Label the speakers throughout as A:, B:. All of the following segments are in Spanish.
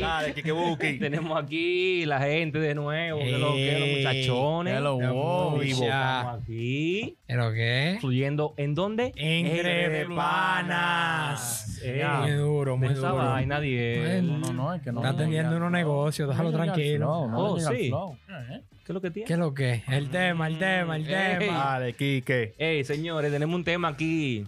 A: Dale, Kike Buki.
B: Tenemos aquí la gente de nuevo, que lo que los
C: Ey,
B: muchachones.
C: hello,
B: Estamos
C: wow,
B: vivos,
C: ya.
B: estamos aquí,
C: ¿Pero qué?
B: fluyendo. ¿En dónde?
C: Entre panas.
B: Ey,
C: Muy duro, muy
B: de esa
C: duro.
B: vaina, Adiel.
C: No, no,
D: es que
C: Está teniendo unos negocios, déjalo tranquilo.
B: Oh, sí. ¿Qué es lo que tiene?
C: eh. ¿Qué es lo que? es? El tema, el tema, el
B: Ey.
C: tema.
A: Dale, Kike.
B: Ey, señores, tenemos un tema aquí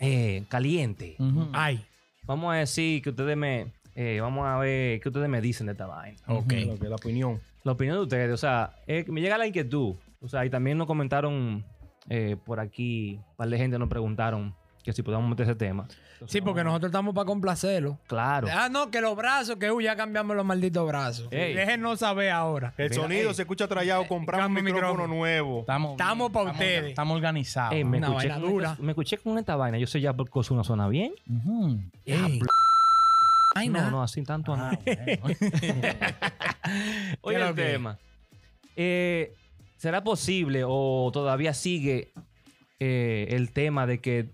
B: eh, caliente.
C: Ay,
B: Vamos a decir que ustedes me... eh, vamos a ver qué ustedes me dicen de esta vaina.
C: ok.
A: Lo que es la opinión.
B: La opinión de ustedes, o sea, eh, me llega la inquietud. O sea, y también nos comentaron eh, por aquí, un par de gente nos preguntaron que si podíamos meter ese tema.
C: Sí, porque nosotros estamos para complacerlo.
B: Claro.
C: Ah, no, que los brazos, que uy, ya cambiamos los malditos brazos.
B: Ey.
C: Déjenos saber ahora.
A: El
B: Mira,
A: sonido
B: ey.
A: se escucha trallado. Compramos un
C: cambia el
A: micrófono,
C: micrófono.
A: nuevo.
C: Estamos pa' ustedes.
D: Estamos organizados.
B: Ey, eh, me,
C: Ah, una
B: escuché
C: vaina
B: con
C: dura.
B: esta- me escuché con esta vaina. Yo sé ya por cosa una suena bien.
D: Ujú.
C: Ey. Ay,
B: no,
C: nada.
B: no, así tanto a nada.
C: ¿Qué
B: Oye,
C: es
B: el
C: lo que?
B: tema. Eh, ¿Será posible o todavía sigue eh, el tema de que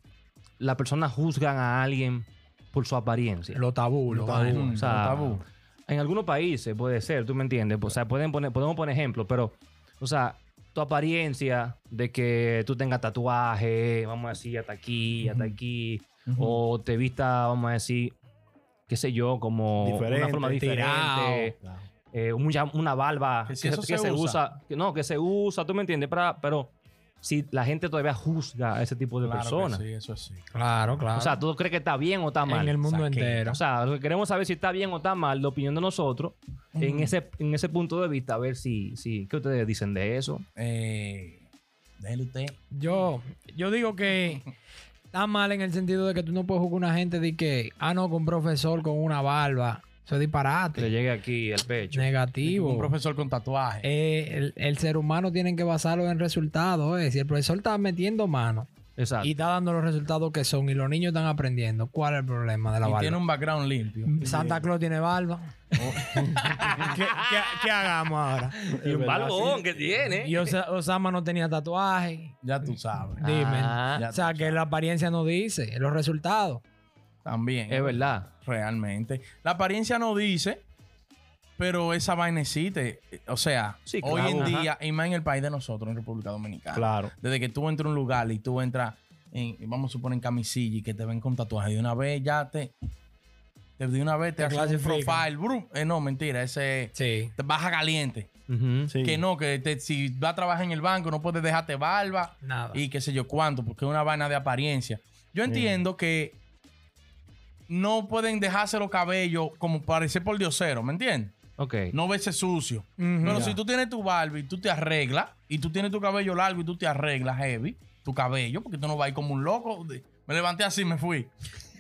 B: las personas juzgan a alguien por su apariencia?
C: Lo tabú, lo tabú.
B: O sea, En algunos países puede ser, tú me entiendes. O sea, pueden poner, podemos poner ejemplos, pero, o sea, tu apariencia de que tú tengas tatuaje, vamos a decir, hasta aquí, hasta aquí, o te vista, vamos a decir, qué sé yo, como de una
A: Diferente,
B: forma
C: tirado.
B: diferente. eh, un ya- una barba
D: Que si eso se
B: se
D: usa.
B: que- no, que se usa, tú me entiendes, Para- pero si la gente todavía juzga a ese tipo de personas.
D: Sí, eso sí.
C: Claro, claro.
B: O sea, tú crees que está bien o está mal.
C: en el mundo
B: Saque.
C: entero.
B: O sea, lo que queremos saber si está bien o está mal, la opinión de nosotros, en, ese, en ese punto de vista, a ver si, si ¿qué ustedes dicen de eso?
D: Eh, déjelo usted.
C: Yo, yo digo que está mal en el sentido de que tú no puedes jugar una gente de que, ah, no, con un profesor con una barba. Eso es
B: Que le
C: disparate.
B: llegue aquí al pecho.
D: Un
C: Negativo.
D: profesor con tatuaje.
C: Eh, el, el ser humano tiene que basarlo en resultados. eh. Si el profesor está metiendo mano
B: Exacto.
C: y está dando los resultados que son y los niños están aprendiendo, ¿cuál es el problema de la
D: y
C: barba? Mm,
D: tiene un background limpio.
C: Santa Claus tiene barba.
B: Oh.
C: ¿Qué, qué- qué hagamos ahora?
B: y un balón que tiene.
D: Eh.
C: Y Osa- Osama no tenía tatuaje.
D: Ya tú sabes.
C: Dime.
B: Ah,
D: Ya
C: o sea, que la apariencia no dice, los resultados.
D: También.
B: es verdad.
D: Realmente. La apariencia no dice, pero esa vaina existe. O sea,
B: Sí,
D: hoy
B: claro.
D: en
B: Ajá.
D: día, y más en el país de nosotros, en República Dominicana.
A: Claro.
D: Desde que tú entras a un lugar y tú entras, en, vamos a suponer, en camisilla y que te ven con tatuaje, de una vez ya te. te- De una vez te,
C: Te
D: hacen un
C: clasifican.
D: profile. brum. Eh, no, mentira, ese.
C: Sí.
D: Te baja caliente.
B: Ujú.
A: Sí.
D: Que no, que te- si vas a trabajar en el banco no puedes dejarte barba
C: Nada.
D: y qué sé yo cuánto, porque es una vaina de apariencia. Yo entiendo que no pueden dejarse los cabellos como parecer por diosero, ¿me entiendes?
B: Ok.
D: No verse sucio.
C: Ujú.
D: Pero si tú tienes tu barba y tú te arreglas, y tú tienes tu cabello largo y tú te arreglas heavy, tu cabello, porque tú no vas a ir como un loco. de- Me levanté así, me fui.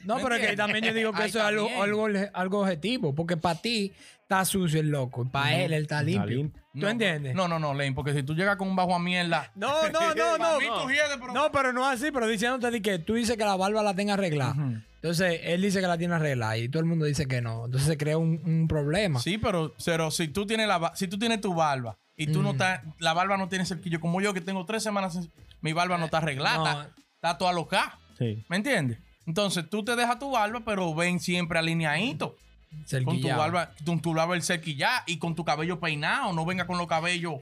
C: No, pero es que también yo digo que
D: Ahí
C: eso es algo,
D: también.
C: algo, algo objetivo, porque para ti está sucio el loco, para él él está limpio.
A: limpio.
C: ¿Tú
D: Mm. No,
C: entiendes?
D: No, no, no, Lane, porque si tú llegas con un bajo a mierda.
C: no, no, no.
D: pa'
C: no,
D: mí
C: no.
D: tú hieres, pero-
C: No, pero no así, pero diciéndote de que tú dices que la barba la tenga arreglada. Entonces, él dice que la tiene arreglada y todo el mundo dice que no. Entonces se crea un, un problema.
D: Sí, pero, pero si, tú tienes la, ba- si tú tienes tu barba y tú no estás, la barba no tiene cerquillo, como yo que tengo tres semanas, sin- mi barba no está arreglada,
C: no. eh.
D: está, está toda loca.
A: Sí.
D: ¿Me entiendes? Entonces tú te dejas tu barba, pero ven siempre alineadito. Con tu
C: Cerquillado.
D: barba, con tu barba el cerquillá y con tu cabello peinado. No venga con los cabellos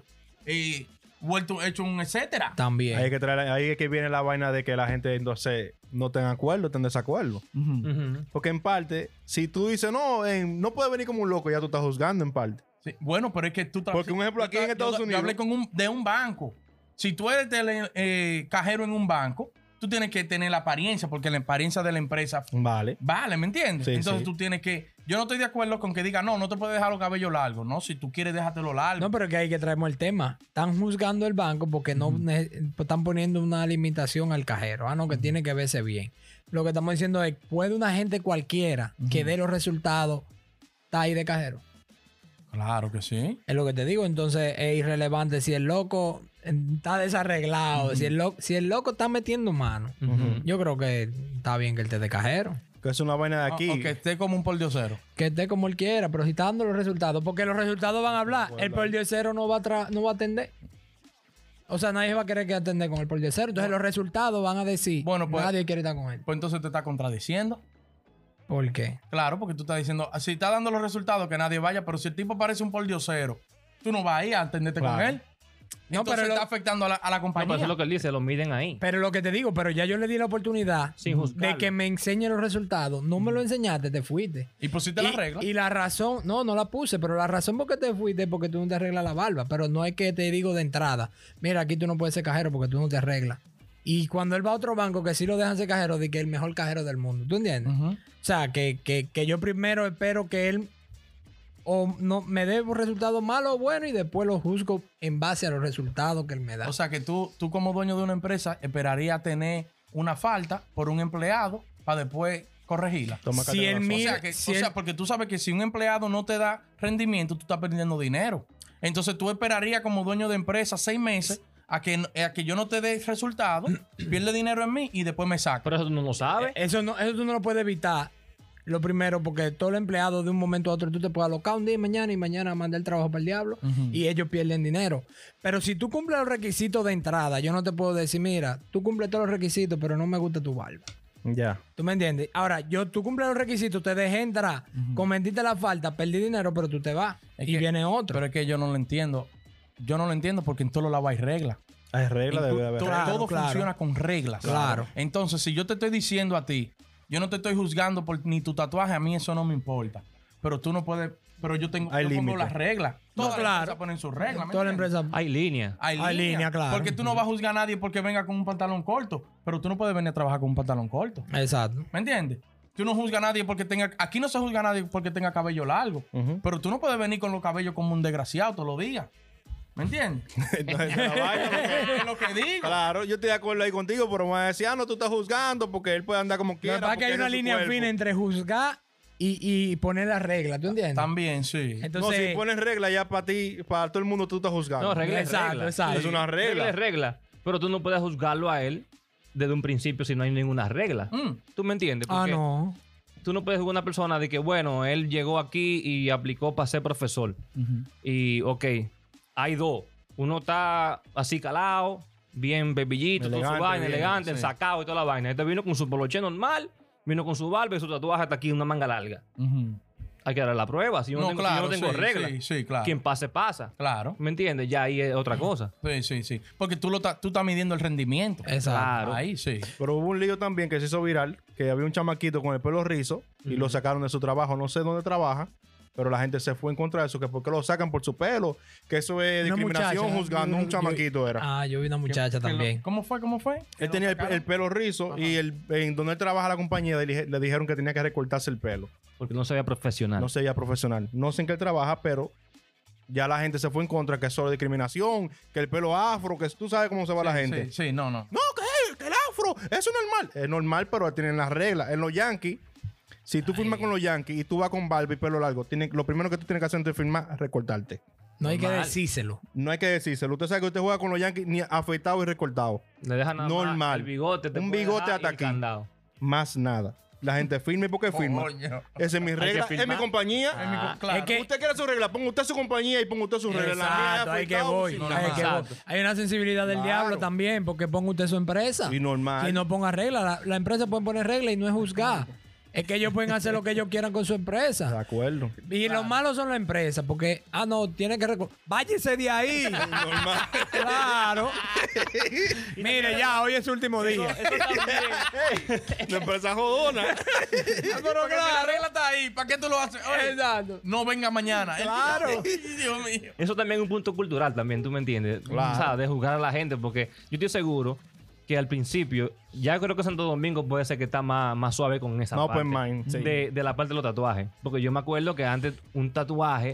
D: eh, vuelto, hecho un etcétera.
C: También.
A: Ahí es, que trae- ahí es que viene la vaina de que la gente entonces no está en acuerdo, está en desacuerdo.
B: Ujú.
A: Porque en parte, si tú dices, no, eh, no puedes venir como un loco, ya tú estás juzgando en parte.
D: Sí, Bueno, pero es que tú tra-
A: Porque un ejemplo,
D: yo
A: aquí
D: tra-
A: en Estados
D: yo- yo
A: Unidos-
D: hablé con un, de un banco. Si tú eres tele- eh, cajero en un banco, tú tienes que tener la apariencia, porque la apariencia de la empresa
A: Vale.
D: Vale, ¿me entiendes?
A: Sí,
D: Entonces
A: sí.
D: tú tienes que. Yo no estoy de acuerdo con que diga, no, no te puedes dejar los cabellos largos. No, si tú quieres, déjatelo largo.
C: No, pero es que ahí que traemos el tema. Están juzgando el banco porque no ne- pues, están poniendo una limitación al cajero. Ah, no, que tiene que verse bien. Lo que estamos diciendo es, ¿puede una gente cualquiera que dé los resultados está ahí de cajero?
D: Claro que sí.
C: Es lo que te digo, entonces es irrelevante si el loco está desarreglado, si, el loco, si el loco está metiendo mano. Yo creo que está bien que él te dé cajero.
A: Que es una vaina de aquí.
D: O, o
C: Ah,
D: que esté como un pordiosero.
C: Que esté como él quiera, pero si está dando los resultados, porque los resultados van a hablar. El pordiosero no va a, tra- no va a atender. O sea, nadie va a querer que atender con el pordiosero. Entonces los resultados van a decir,
D: Bueno, pues-
C: nadie quiere estar con él.
D: Pues entonces te está contradiciendo.
C: ¿Por qué?
D: Claro, porque tú estás diciendo, si está dando los resultados, que nadie vaya, pero si el tipo parece un pordiosero, tú no vas a ir a atenderte con
A: Claro.
D: él. No,
C: pero
D: pero
C: lo-
D: está afectando a la, a la
B: No, pero
D: compañía.
B: eso es lo que él dice, lo miden ahí.
C: Pero lo que te digo, pero ya yo le di la oportunidad
B: Sin juzgarlo.
C: de que me enseñe los resultados. No me lo enseñaste, te fuiste.
D: Y pusiste la
C: Y-
D: regla.
C: Y, la razón, no, no la puse, pero la razón por qué te fuiste es porque tú no te arreglas la barba. Pero no es que te digo de entrada, mira, aquí tú no puedes ser cajero porque tú no te arreglas. Y cuando él va a otro banco que sí lo dejan ser cajero, di que es el mejor cajero del mundo. ¿Tú entiendes?
D: Ujú.
C: O sea, que, que- que yo primero espero que él o no me dé un resultado malo o bueno y después lo juzgo en base a los resultados que él me da.
D: O sea que tú, tú como dueño de una empresa esperaría tener una falta por un empleado para después corregirla.
A: Toma
C: si
A: cátedra
C: él
A: de
D: O
C: mira-
D: sea, que-
C: si
D: o
C: él-
D: sea, porque tú sabes que si un empleado no te da rendimiento, tú estás perdiendo dinero. Entonces tú esperarías como dueño de empresa seis meses a que, a que yo no te dé resultado, pierde dinero en mí y después me saca.
B: Pero eso tú no lo sabes.
C: Eh, Eso, no, eso tú no lo puedes evitar. Lo primero, porque todo el empleado de un momento a otro tú te puedes alocar un día y mañana y mañana manda el trabajo para el diablo y ellos pierden dinero. Pero si tú cumples los requisitos de entrada, yo no te puedo decir, mira, tú cumples todos los requisitos, pero no me gusta tu barba.
A: Ya.
C: ¿Tú me entiendes? Ahora, yo, tú cumples los requisitos, te dejé entrar, cometiste la falta, perdí dinero, pero tú te vas
D: Es
C: y
D: que-
C: viene otro.
D: Pero es que yo no lo entiendo. Yo no lo entiendo porque en todos los lados hay reglas.
A: Hay reglas
D: Inclu-
A: de haber.
D: to-
A: reglas.
C: Claro,
D: todo
C: claro.
D: funciona con reglas.
C: Claro.
D: Entonces, si yo te estoy diciendo a ti, yo no te estoy juzgando por ni tu tatuaje, a mí eso no me importa. Pero tú no puedes, pero yo tengo
A: Hay
D: yo pongo
A: límite.
D: las reglas.
C: No,
D: Todas las
C: claro.
D: empresas ponen sus reglas. ¿me
C: Toda la
D: entiendes?
C: empresa.
B: Hay líneas.
D: Hay,
C: Hay
D: línea,
C: línea, claro.
D: Porque tú no vas a juzgar a nadie porque venga con un pantalón corto, pero tú no puedes venir a trabajar con un pantalón corto.
C: Exacto.
D: ¿Me entiendes? Tú no juzgas a nadie porque tenga. Aquí no se juzga a nadie porque tenga cabello largo.
A: Ujú.
D: Pero tú no puedes venir con los cabellos como un desgraciado todos los días. ¿Me entiendes?
A: Entonces, la vaina,
D: es lo que digo.
A: Claro, yo estoy de acuerdo ahí contigo, pero me va a decir, ah, no, tú estás juzgando porque él puede andar como
C: Lo
A: quiera.
C: que pasa es
A: porque
C: que hay
A: ese
C: una
A: es su
C: línea
A: cuerpo.
C: fina entre juzgar y, y poner las reglas, ¿tú entiendes?
D: También, sí.
C: Entonces,
A: no, si pones reglas ya para ti, para todo el mundo, tú estás juzgando.
B: No, regla es
C: Exacto,
B: regla.
C: exacto.
A: Es una regla.
B: Regla es regla. Pero tú no puedes juzgarlo a él desde un principio si no hay ninguna regla.
D: Mm.
B: ¿Tú me entiendes?
C: ah,
B: Porque
C: no.
B: Tú no puedes juzgar a una persona de que, bueno, él llegó aquí y aplicó para ser profesor. Y, ok, hay dos. Uno está así calado, bien bebillito, con su
A: Elegante,
B: vaina,
A: bien,
B: elegante,
D: sí.
B: sacado y toda la vaina. Este vino con su poloche normal, vino con su barba y su tatuaje hasta aquí, una manga larga.
D: Ujú.
B: Hay que dar la prueba. Si yo no, tengo, si yo no tengo
D: sí,
B: regla,
D: Sí, sí, claro.
B: quien pase, pasa.
D: Claro.
B: ¿Me entiendes? Ya ahí es otra cosa.
D: Sí, sí, sí. Porque tú, lo ta- tú estás midiendo el rendimiento.
C: Exacto.
B: Claro.
D: Ahí sí.
A: Pero hubo un lío también que se hizo viral, que había un chamaquito con el pelo rizo y lo sacaron de su trabajo. No sé dónde trabaja, pero la gente se fue en contra de eso, que porque lo sacan por su pelo, que eso es
C: Una
A: discriminación
C: muchacha,
A: juzgando a
C: yo-
A: un chamaquito era.
C: Ah, yo vi una muchacha
D: Que lo-
C: también.
D: ¿Cómo fue? ¿Cómo fue?
A: Él tenía el, el pelo rizo y el, en donde él trabaja la compañía le, dije- le dijeron que tenía que recortarse el pelo.
B: Porque no se vea
C: Ah.
B: profesional.
A: No sería profesional. No sé en qué él trabaja, pero ya la gente se fue en contra que eso es discriminación, que el pelo afro, que tú sabes cómo se va la gente.
D: Sí, sí, no, no.
A: No, que, que el afro, eso es normal. Es normal, pero tienen las reglas. En los Yankees, si tú firmas con los Yankees y tú vas con barba y pelo largo, tienen, lo primero que tú tienes que hacer antes de firmar es recortarte.
C: No hay que
B: Normal.
C: decírselo.
A: No hay que decírselo. Usted sabe que usted juega con los Yankees ni afeitado y recortado.
B: Le dejan nada más
A: Normal.
B: el bigote. te
A: Un
B: puede
A: bigote
B: dejar
A: hasta
B: y el
A: aquí.
B: candado.
A: Más nada. La gente firme porque firma.
D: Coño.
A: Esa es mi
B: que
A: regla. Es mi
B: firmar.
A: compañía.
D: Ah. Es mi co- claro.
C: Ah, Es que-
A: Usted quiere su regla. Ponga usted su compañía y ponga usted su regla. La mía es
C: Exacto, hay que
A: afeitado,
C: voy.
A: sin
D: no,
A: nada.
C: hay, que voy.
B: exacto.
C: Hay una sensibilidad del
A: Claro.
C: diablo también, porque ponga usted su empresa.
A: Y normal.
C: Si no ponga reglas, la, la empresa puede poner reglas y no es juzgar. es que ellos pueden hacer lo que ellos quieran con su empresa.
A: De acuerdo.
C: Y lo malo son las empresas, porque, ah, no, tiene que recor- Váyese de ahí.
A: Normal.
C: claro. Mire, ya, hoy es su último día.
A: Una empresa jodona.
C: Pero
D: Porque si la
C: claro,
D: regla está ahí, ¿para qué tú lo haces? Oye,
C: exacto.
D: no venga mañana.
C: Claro.
D: Dios mío.
B: Eso también es un punto cultural también, ¿tú me entiendes? O sea, de juzgar a la gente, porque yo estoy seguro que al principio, ya creo que Santo Domingo puede ser que está más, más suave con esa
A: No,
B: parte.
A: pues, mine, sí.
B: de, de la parte de los tatuajes. Porque yo me acuerdo que antes un tatuaje,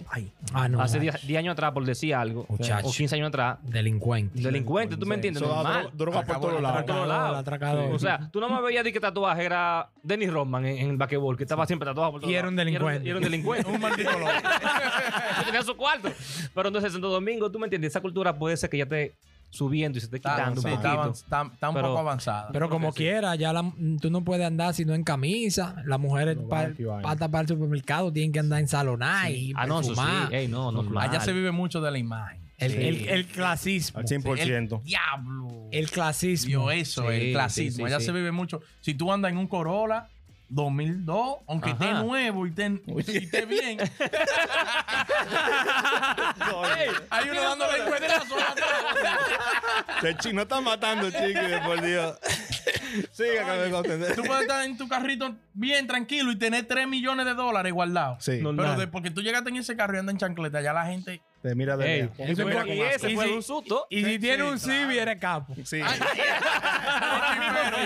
C: Ah, no.
B: hace
C: ay,
B: 10 10 años atrás, por decir algo,
C: Muchacho.
B: o 15 años atrás,
C: Delincuente.
B: delincuente, ¿tú me entiendes?
A: Eso da
B: Normal.
A: dro- droga por
D: Acabó
A: todos
D: la
A: lados.
B: todos lados.
C: atracador.
B: O sea, tú no me veías de que tatuaje era Dennis Rodman en, en basquetbol, que estaba siempre tatuado por todos
C: Y era un
B: lados.
C: delincuente.
B: Y era un delincuente.
D: Un maldito loco.
B: que tenía su cuarto. Pero entonces, Santo Domingo, tú me entiendes, esa cultura puede ser que ya te subiendo y se te
D: Está,
B: quitando
D: sí,
B: un
D: está
B: poquito.
D: avanz- está- está un
B: Pero-
D: poco
B: Ah,
D: avanzada.
C: pero como quiera, ya la- tú no puedes andar si no en camisa. Las mujeres
A: No,
C: para
A: vale, qué vaina.
C: tapar el supermercado tienen que andar en salonay y
B: Ah, no, eso sí.
C: perfumar.
B: Ey, no, no, claro.
D: Allá se vive mucho de la imagen.
C: el,
B: Sí.
C: el- el clasismo.
A: Al 100%.
D: El diablo.
C: El clasismo.
D: Vio eso,
B: Sí,
D: el
B: sí, sí,
D: clasismo. Allá
B: sí.
D: se vive mucho. Si tú andas en un Corolla 2002, aunque esté
B: Ajá.
D: nuevo y esté, y esté bien,
B: Ey,
D: hay uno dándole el cuetazo atrás.
A: Este chino está matando, chico, por Dios. Siga que me contente.
D: Tú puedes estar en tu carrito bien tranquilo y tener 3 millones de dólares guardados.
A: Sí,
B: No.
D: Pero
B: Normal.
D: de, porque tú llegaste en ese carro y andas en chancleta, ya la gente.
A: te mira de
B: ey,
A: lejos.
B: y
A: Te mira
B: fue-
A: con
B: y
A: asco.
B: ese fue un susto.
C: Y si
D: Sí,
C: tiene
D: sí,
C: un
D: claro.
C: CIVI, eres capo.
A: Sí,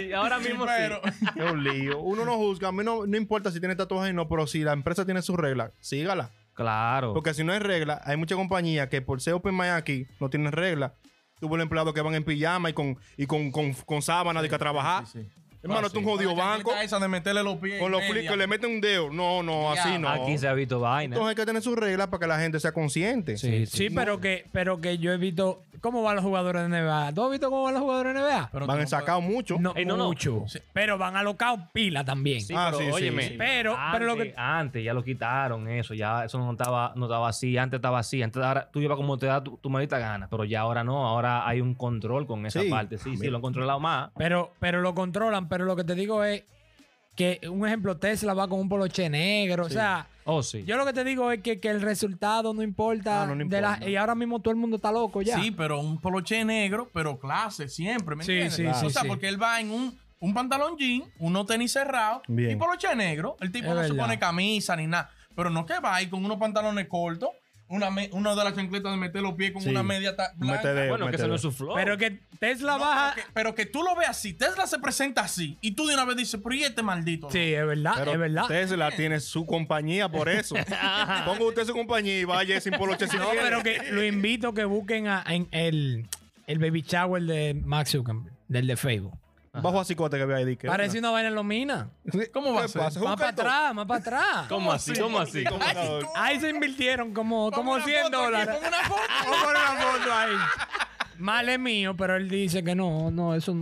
B: Y ahora mismo sí.
D: Pero
A: es un lío. Uno no juzga. A mí no, no importa si tiene tatuajes o no, pero si la empresa tiene sus reglas, sígala.
B: Claro.
A: Porque si no hay regla, hay muchas compañías que por ser open mind aquí no tienen regla. Tuvo los empleados que van en pijama y con, y con, con, con sábana de que a trabajar. Hermano, tú un
B: Ah,
A: jodido
D: La
A: banco
D: chancleta Esa de meterle los pies.
A: con
D: en
A: los
D: media.
A: flicos le meten un dedo. No, no,
D: Ya,
A: así no. Ah,
B: Aquí se ha visto vaina.
A: Entonces hay que tener sus reglas para que la gente sea consciente.
B: sí, sí.
C: Sí, pero que, pero que yo he visto cómo van los jugadores de NBA. ¿Tú has visto cómo van los jugadores de NBA?
D: Pero tú
A: Van
D: no
A: ensacados mucho.
C: No,
B: Ey, no, no.
C: mucho.
D: Sí.
C: Pero van alocados pila también.
B: Sí, ah,
A: Ah,
B: pero
A: sí, sí,
B: óyeme,
A: sí.
C: Pero-
B: antes,
C: pero lo que-
B: antes ya lo quitaron eso, ya eso no estaba, no estaba así, antes estaba así, antes ahora tú llevas como te da tu, tu maldita gana, pero ya ahora no, ahora hay un control con esa
A: Sí.
B: parte, sí, sí, lo han controlado más.
C: Pero, pero lo controlan. Pero lo que te digo es que, un ejemplo, Tesla va con un poloche negro. O sea,
B: Oh, sí.
C: yo lo que te digo es que, que el resultado no importa.
A: Ah, no, no
C: de la-
A: importa.
C: y ahora mismo todo el mundo está loco ya.
D: Sí, pero un poloche negro, pero clase siempre, ¿me
C: Sí,
D: entiendes?
C: sí, sí,
D: o sea,
C: sí.
D: porque él va en un, un pantalón jean, unos tenis cerrados
A: Bien.
D: y poloche negro. El tipo
C: Es
D: no se
C: verdad.
D: pone camisa ni nada. Pero no que va ahí con unos pantalones cortos, una, me- una de las chancletas de meter los pies con
A: Sí.
D: una media ta- blanca.
A: Mete dedo,
B: bueno, que
A: mete
B: se lo
A: dedo.
B: es su flow.
C: Pero que Tesla
D: No,
C: baja.
D: pero, que, pero que tú lo veas así. Tesla se presenta así y tú de una vez dices, pero y este maldito.
C: Sí, es verdad,
A: Pero
C: es verdad.
A: Tesla tiene su compañía por eso. Ponga usted su compañía y vaya sin poloche si
C: No,
A: quiere.
C: pero que lo invito que busquen a- en el, el baby shower de Max Zuckerberg, del de Facebook.
A: Bajo a cicote que vea ahí. que-
C: Parece una vaina en los minas.
D: ¿Cómo va a
A: ¿Qué
D: ser?
A: pasa?
C: Más para atrás, más para atrás.
B: ¿Cómo así? ¿Cómo así?
A: ¿Cómo está?
C: Ahí se invirtieron como,
D: Pon
C: como
D: una
C: 100
D: foto aquí,
C: dólares.
D: pon una foto.
C: Vamos a poner una foto ahí. Mal es mío, pero él dice que no, no, eso,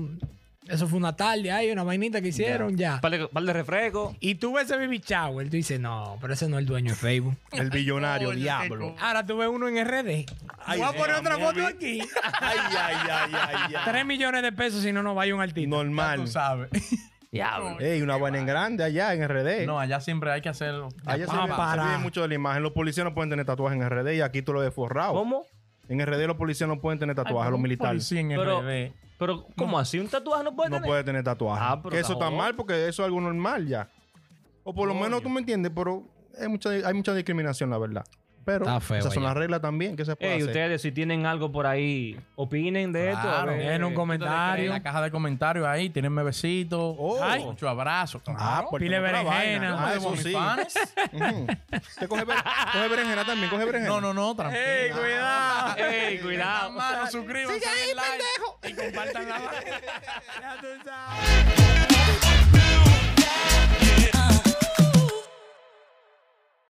C: eso fue una tarde ahí, una vainita que hicieron ya.
B: Un par de, par de refresco.
C: Y tú ves ese baby shower, tú dices, no, pero ese no es el dueño de Facebook.
A: El billonario,
D: Oye,
A: diablo.
D: qué
C: Ahora tú ves uno en RD. este Voy a poner otra foto aquí.
A: Ay, ay, ay, ay, ay.
C: 3 millones de pesos si no nos vaya un artista.
D: Ya
A: Normal.
D: tú sabes.
B: Diablo.
A: Ey, una buena en grande allá en RD.
D: No, allá siempre hay que hacerlo.
A: allá se,
C: Ah,
A: ve-
C: para.
A: se ve mucho de la imagen. Los policías no pueden tener tatuajes en RD y aquí tú lo ves forrado.
B: ¿Cómo?
A: En RD los policías no pueden tener tatuajes, los militares.
D: Policía en el
B: Pero,
D: revés.
B: pero, ¿cómo así? ¿Un tatuaje no puede
A: No
B: tener?
A: puede tener tatuajes.
B: Ah, pero
A: que eso está
B: está
A: mal porque eso es algo normal ya. O por lo menos tú me entiendes, pero hay mucha, hay mucha discriminación, la verdad. Pero
C: Está feo
A: esas son
C: allá.
A: las reglas también que se puede
B: Ey,
A: hacer.
B: ustedes, si tienen algo por ahí, opinen de esto. a
D: Claro,
B: ver.
C: en un
D: En
C: comentario.
D: la caja de comentarios ahí, tienen besitos.
A: Ay.
D: Muchos abrazos.
A: Ah,
D: Claro.
A: por
C: Pile
A: otra
C: berenjena.
A: vaina. Ah,
D: de
A: eso sí.
D: OnlyFans.
A: Ujú. Usted coge, ber- coge berenjena también, coge berenjena.
D: No, no, no, tranquilo.
B: Ey, cuidado. Ey,
D: Nada
B: cuidado.
D: más, suscríbanse, denle like y compartan la
C: Ya tú sabes.